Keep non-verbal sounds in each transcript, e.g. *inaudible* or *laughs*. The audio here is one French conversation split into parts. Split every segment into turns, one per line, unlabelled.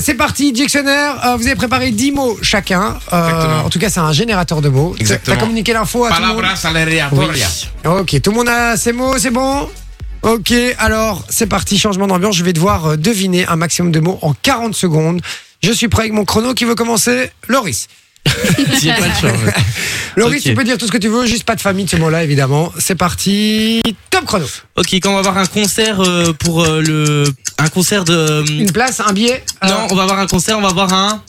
c'est parti, dictionnaire. Euh, vous avez préparé 10 mots chacun. Euh,
Exactement.
en tout cas, c'est un générateur de mots.
Exactement.
T'as communiqué l'info à tout le monde
Palabras aleatorias.
Ok, tout le monde a ses mots, c'est bon Ok, alors c'est parti, changement d'ambiance. Je vais devoir euh, deviner un maximum de mots en 40 secondes. Je suis prêt avec mon chrono qui veut commencer. Loris.
*laughs* J'ai pas le choix. en fait.
*laughs* Loris,
Ok.
tu peux dire tout ce que tu veux, juste pas de famille de ce mot-là, évidemment. C'est parti, top chrono.
Ok, quand on va avoir un concert euh, pour euh, le. Un concert de.
Une place, un billet, euh,
Non, on va avoir un concert, on va avoir un.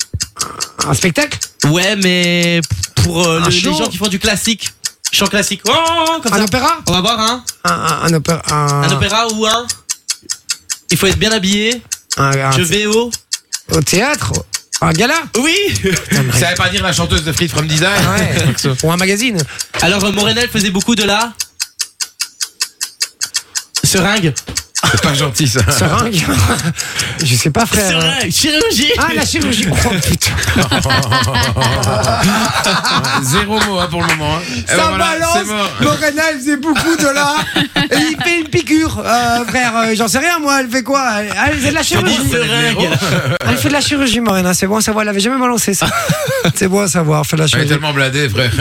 un spectacle,
Ouais, mais pour euh,
Un
le- les
show.
gens qui font du classique. Chant classique. Oh, comme
un
ça.
opéra,
On va avoir un.
un, un- un opéra, un,
Un opéra ou un. Il faut être bien habillé.
un- un-
Je vais au.
au théâtre, un gala,
Oui
Ça veut pas dire la chanteuse de Free From Design hein.
*laughs*
*laughs*
ouais, ou un magazine,
Alors, euh, Morenel faisait beaucoup de la. Seringue.
C'est pas gentil ça.
seringue. Je sais pas, frère.
Seringue, chirurgie.
Ah, la chirurgie. Oh, putain.
*laughs* Eh Zéro mot hein, pour le moment. hein. Eh ben
Ça
voilà, c'est
balance.
mort.
Lorena, elle faisait beaucoup de
*laughs*
là. Et il fait une piqûre, euh, frère. euh, J'en sais rien, moi. Elle fait quoi Elle elle fait de la
Dis
chirurgie.
seringue.
Elle fait de la chirurgie, Morena. C'est bon à savoir. Elle avait jamais balancé
*laughs*
ça. C'est bon à savoir. Fait de la
Elle
*laughs*
est
chirurgie.
tellement bladée, frère.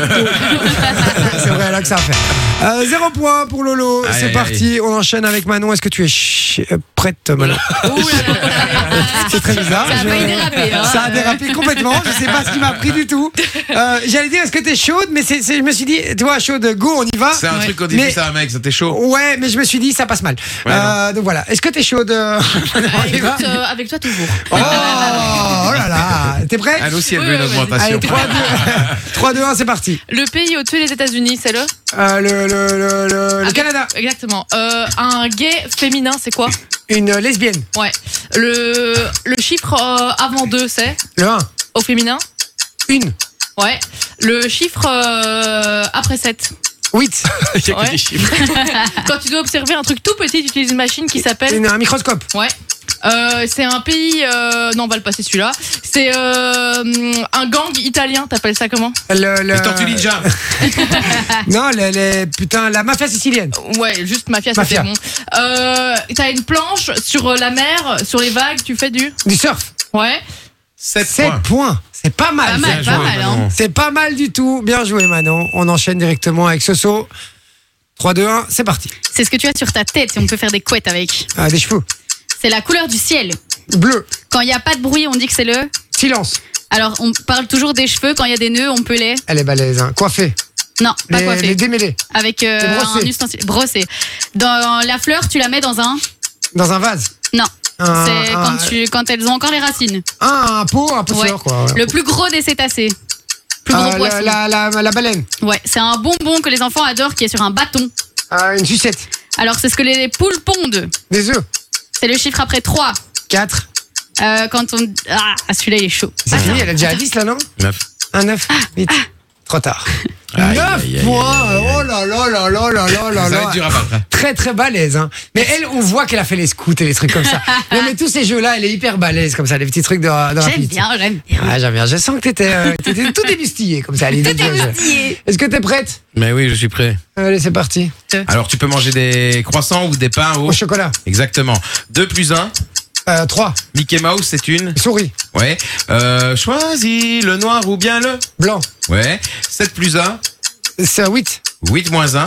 C'est vrai, elle a que ça à faire. Euh, zéro point pour Lolo.
Aïe,
C'est
aïe,
parti. On enchaîne avec Manon. Est-ce que tu es ch- euh, prête,
*laughs*
Manon *laughs* C'est très bizarre.
Ça a
Je-
failli déraper, hein.
Ça a dérapé complètement. Je sais pas ce qui m'a pris du tout. Euh, J'allais dire, est-ce que t'es chaude Mais c'est, c'est- je me suis dit, tu vois, chaude, go, on y va.
C'est un
Ouais.
truc qu'on dit
Mais-
plus à un mec, ça t'es chaud.
Ouais, mais je me suis dit, ça passe mal.
Ouais,
Euh, donc voilà. Est-ce que t'es chaude euh, *laughs*
Ah,
on y va
écoute, *laughs* euh, avec toi toujours.
oh, oh là là. T'es prêt
Elle aussi, elle
Oui,
veut une
oui, vas-y.
Allez,
augmentation.
3, 2, *laughs* 3, 2, 1, c'est parti.
Le pays au-dessus des États-Unis, c'est le
Euh, le, le, le, le, le
Avec-
Canada.
Exactement. Euh, un gay féminin, c'est quoi
Une euh, lesbienne.
Ouais. Le, le chiffre euh, avant deux, c'est
Le 1.
au féminin
Une.
Ouais. Le chiffre euh, après 7.
8.
Il y a que
Ouais.
des chiffres.
Quand tu dois observer un truc tout petit, tu utilises une machine qui s'appelle.
Une, un microscope.
Ouais. Euh, c'est un pays. euh, Non, on va le passer celui-là. C'est euh, un gang italien, t'appelles ça comment
Le, le... Ah.
Les Tortues Ninja.
Non, les, les- putain, la mafia sicilienne.
Ouais, juste mafia,
Mafia.
c'était bon. Euh, T'as une planche sur euh, la mer, sur les vagues, tu fais du.
Du surf.
Ouais.
7
7
points.
points. C'est pas mal.
Pas
ça.
mal, pas mal, hein.
C'est pas mal du tout. Bien joué, Manon. On enchaîne directement avec Soso. 3, 2, 1, c'est parti.
C'est ce que tu as sur ta tête et on peut faire des couettes avec.
Ah, des cheveux.
C'est la couleur du ciel.
Bleu.
Quand il n'y a pas de bruit, on dit que c'est le.
Silence.
Alors, on parle toujours des cheveux. Quand il y a des nœuds, on peut les.
Elle est balèze. Hein. Coiffée.
Non, pas
les,
coiffés.
les démêlés.
Avec euh,
C'est brossé.
un ustensile. Brossé. Dans la fleur, tu la mets dans un.
Dans un vase.
Non.
Un-
C'est
un-
quand, tu... quand elles ont encore les racines.
Un, un pot, un pot
Ouais.
sur, quoi. Ouais.
Le plus gros des cétacés. Plus gros
Euh,
poisson.
la, la, la- la baleine.
Ouais, c'est un bonbon que les enfants adorent qui est sur un bâton.
Euh, une sucette.
Alors, c'est ce que les poules pondent.
Des œufs.
C'est le chiffre après 3.
4.
Euh, quand on. Ah, celui-là, il est chaud.
C'est fini, elle a déjà 10 là, non
9.
Un 9.
Ah,
Vite. Trop tard.
Aïe,
9 points. Oh là là là là là là là
Ça va
là.
être dur à battre. hein.
Très très balèze. Hein. Mais elle, on voit qu'elle a fait les scouts et les trucs
*laughs*
comme ça. non, mais tous ces jeux-là, elle est hyper balèze comme ça, les petits trucs dans, dans la
J'aime
piste.
bien, j'aime bien.
Ah, j'aime bien. Je sens que t'étais
*laughs*
euh, t'étais tout débustillé comme ça, à l'idée de jeu. Est-ce que t'es prête Euh,
Mais oui, je suis prêt.
Allez, c'est parti.
Alors, tu peux manger des croissants ou des pains au.
Au chocolat.
Exactement. 2 plus 1.
3.
Mickey Mouse, c'est une.
Souris.
Ouais. Euh, choisis le noir ou bien le.
Blanc.
Ouais. 7 plus 1.
8.
8 moins 1.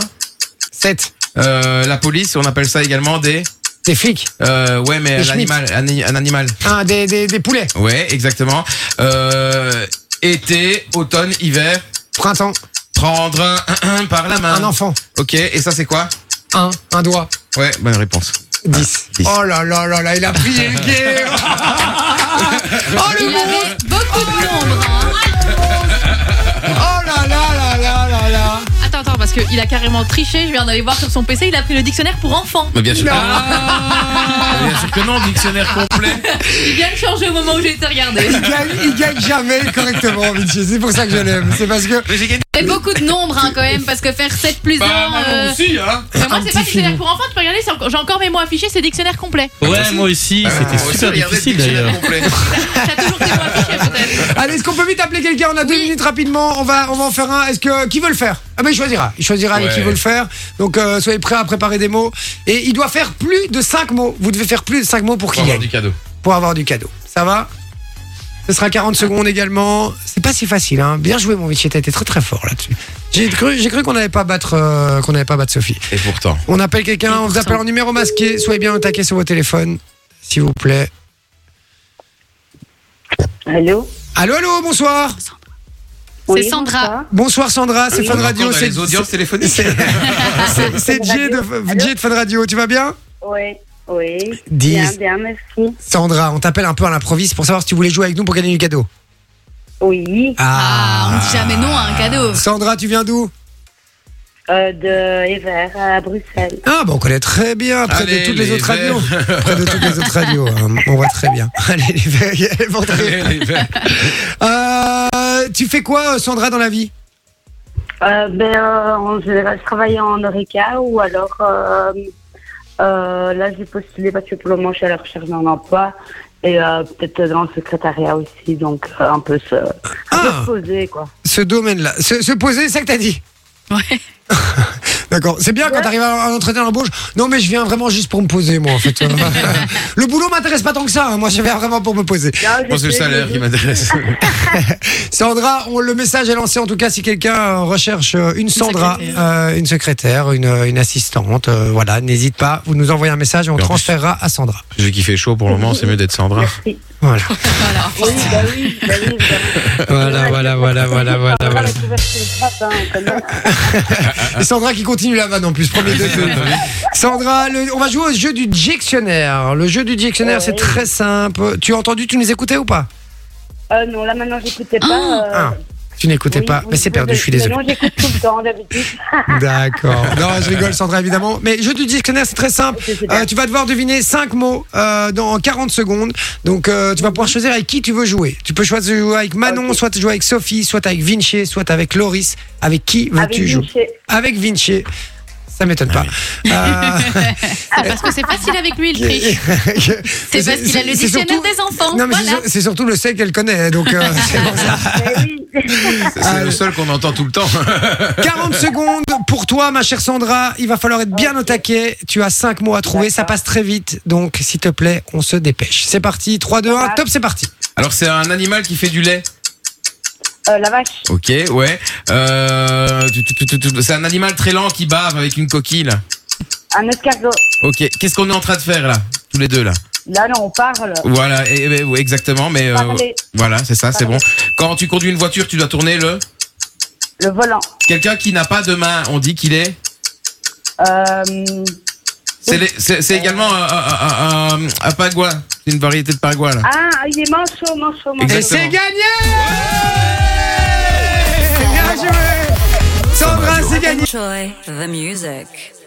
7.
Euh, la police, on appelle ça également des.
Des flics.
Euh, ouais, mais
Des
un animal, un, un animal.
Un, des, des, des poulets.
Ouais, exactement. Euh, été, automne, hiver.
Printemps.
Prendre un, un par la main.
Un enfant.
Ok, et ça c'est quoi
Un. Ah, Un doigt.
Ouais, bonne réponse.
10.
dix.
Oh là là là là, il a *laughs* plié le game. oh le
Il
monstre.
avait beaucoup de nombres. hein.
Oh là là là là là là.
Attends, attends, parce qu'il a carrément triché. Je viens d'aller voir sur son PC. Il a pris le dictionnaire pour enfants.
Mais bien sûr.
Non.
que- Bien sûr que non, dictionnaire complet.
Il vient de changer au moment où j'ai été regarder.
Il gagne, il gagne jamais correctement, Vinci. C'est pour ça que je l'aime. C'est parce que.
Mais j'ai gagné.
Mais beaucoup de nombres hein, quand même, parce que faire 7 plus euh, 1.
Bah,
euh,
maman aussi, hein.
Mais moi,
Un
c'est
petit
pas dictionnaire
filou.
pour enfants. Tu peux regarder. c'est encore- J'ai encore mes mots affichés. C'est
*laughs*
dictionnaire complet.
Ouais, moi aussi, c'était
Ah, Moi aussi,
super
regardez,
difficile
dictionnaire
d'ailleurs. *laughs*
complet.
T'as toujours tes mots affichés, peut-être.
Allez, est-ce qu'on peut vite appeler quelqu'un On a deux minutes rapidement. On va, on va en faire un. Est-ce que qui veut le faire Ah ben il choisira. Il choisira avec qui
Ouais.
veut le faire. Donc euh, soyez prêts à préparer des mots. Et il doit faire plus de 5 mots. Vous devez faire plus de 5 mots pour
Pour
qu'il
avoir
gagne.
du cadeau.
Pour avoir du cadeau. Ça va Ce sera 40 secondes également. C'est pas si facile, hein. Bien joué, mon Michi, t'as été très très fort là-dessus. J'ai cru, j'ai cru qu'on n'allait pas battre, euh, qu'on n'allait pas battre Sophie.
Et pourtant.
On appelle quelqu'un, on vous appelle en numéro masqué. Soyez bien au taquet sur vos téléphones, s'il vous plaît.
Allô
Allô, allô, bonsoir.
Oui,
Sandra.
bonsoir.
Bonsoir Sandra, c'est
On
Fun
est
Radio.
encore dans
C'est
les audiences téléphoniques. *laughs*
c'est- c'est
Fun
Jay de,
Radio.
Jay de Fun Radio. Tu vas bien
Oui, oui.
Dis.
Bien, bien, merci.
Sandra, on t'appelle un peu à l'improviste pour savoir si tu voulais jouer avec nous pour gagner du cadeau.
Oui,
Ah, on dit jamais non à un cadeau.
Sandra, tu viens d'où
euh, de Ever à Bruxelles.
Ah, bah on connaît très bien, près de
Allez,
toutes les,
les
autres
verts.
radios. *laughs* Près de toutes les autres radios, hein. on voit très bien. *laughs* Allez, les verts, y allez, pour très- Euh, Tu fais quoi, euh, Sandra, dans la vie
Euh, ben, euh, en général, je travaille en Oreca ou alors euh, euh, là, j'ai postulé parce que pour le moment, je suis à la recherche d'un emploi et euh, peut-être dans le secrétariat aussi, donc euh, un peu se un peu
Ah,
se poser, quoi.
ce domaine-là. Se, se poser, c'est ça que t'as dit
Ouais.
D'accord, c'est bien quand t'arrives à un entretien d'embauche. Non, mais je viens vraiment juste pour me poser, moi, en fait. *laughs* Le boulot m'intéresse pas tant que ça. hein. Moi, je viens vraiment pour me poser.
Non,
Moi, c'est le
sais,
salaire
je-
qui
*laughs*
m'intéresse.
Sandra, on- le message est lancé en tout cas si quelqu'un euh, recherche euh, une Sandra,
secrétaire.
euh, une secrétaire, une, euh, une assistante, euh, voilà, n'hésite pas, vous nous envoyez un message et on
Et en plus-
transférera à Sandra.
J'ai kiffé chaud pour le moment, c'est mieux d'être Sandra.
Merci.
Voilà,
*laughs* Voilà.
Oh.
Oui, bah oui, bah
*laughs*
oui. bah oui.
voilà, voilà, voilà, voilà, voilà.
Voilà,
Ah, voilà.
la couverture de frappe, hein, quand
*laughs*
même.
Et Sandra qui continue la vanne en plus, premier degré. Sandra, le- on va jouer au jeu du dictionnaire. Le jeu du dictionnaire,
Ouais.
c'est très simple. Tu as entendu, tu nous écoutais ou pas
Euh, non, là maintenant, j'écoutais pas. euh,
Ah, Tu n'écoutais
Oui,
pas,
oui,
mais c'est perdu, je suis
mais
désolé.
Non, j'écoute tout le
*laughs*
temps d'habitude.
*laughs*
D'accord. Non, je rigole, Sandra, évidemment. Mais jeu du dictionnaire, c'est très simple.
C'est- c'est
Euh, tu vas devoir deviner 5 mots euh, dans en 40 secondes. Donc, euh, tu vas pouvoir choisir avec qui tu veux jouer. Tu peux choisir de jouer avec Manon,
Ok.
soit tu joues avec Sophie, soit avec Vinci, soit avec Loris. Avec qui
Avec
veux-tu jouer *laughs*
Michel.
Avec Vinci. Ça m'étonne pas. Euh,
Ah, parce que c'est facile avec lui, il triche. *laughs* C'est parce qu'il a le
c'est
dictionnaire
surtout-
des enfants.
Non, mais c'est
voilà.
sur- c'est surtout le seul qu'elle connaît.
*laughs*
Donc, euh, c'est pour ça.
Mais oui.
C'est Ah, le seul qu'on entend tout le temps. *laughs*
40 secondes pour toi, ma chère Sandra. Il va falloir être bien au taquet. Tu as 5 mots à trouver. Ça passe très vite. Donc, s'il te plaît, on se dépêche. C'est parti. 3, 2, 1. Top, c'est parti.
Alors, c'est un animal qui fait du lait.
Euh, la vache.
Ok, ouais. Euh, tu- tu- tu- tu- c'est un animal très lent qui bave avec une coquille. là.
Un escargot.
Ok, qu'est-ce qu'on est en train de faire là Tous les deux là.
Là, là, on parle.
Voilà, et- et- ouais, exactement, mais euh,
Parler.
voilà, c'est ça, c'est
Parler.
bon. Quand tu conduis une voiture, tu dois tourner le.
Le volant.
Quelqu'un qui n'a pas de main, on dit qu'il est.
Euh,
C'est les- c'est- c'est également un, un, un, un- un pagua. C'est une variété de pagua là.
ah, il est manchot, manchot, manchot.
Et
Exact.
c'est
Exactement.
gagné Bien joué Sandra, c'est gagné
Enjoy the music.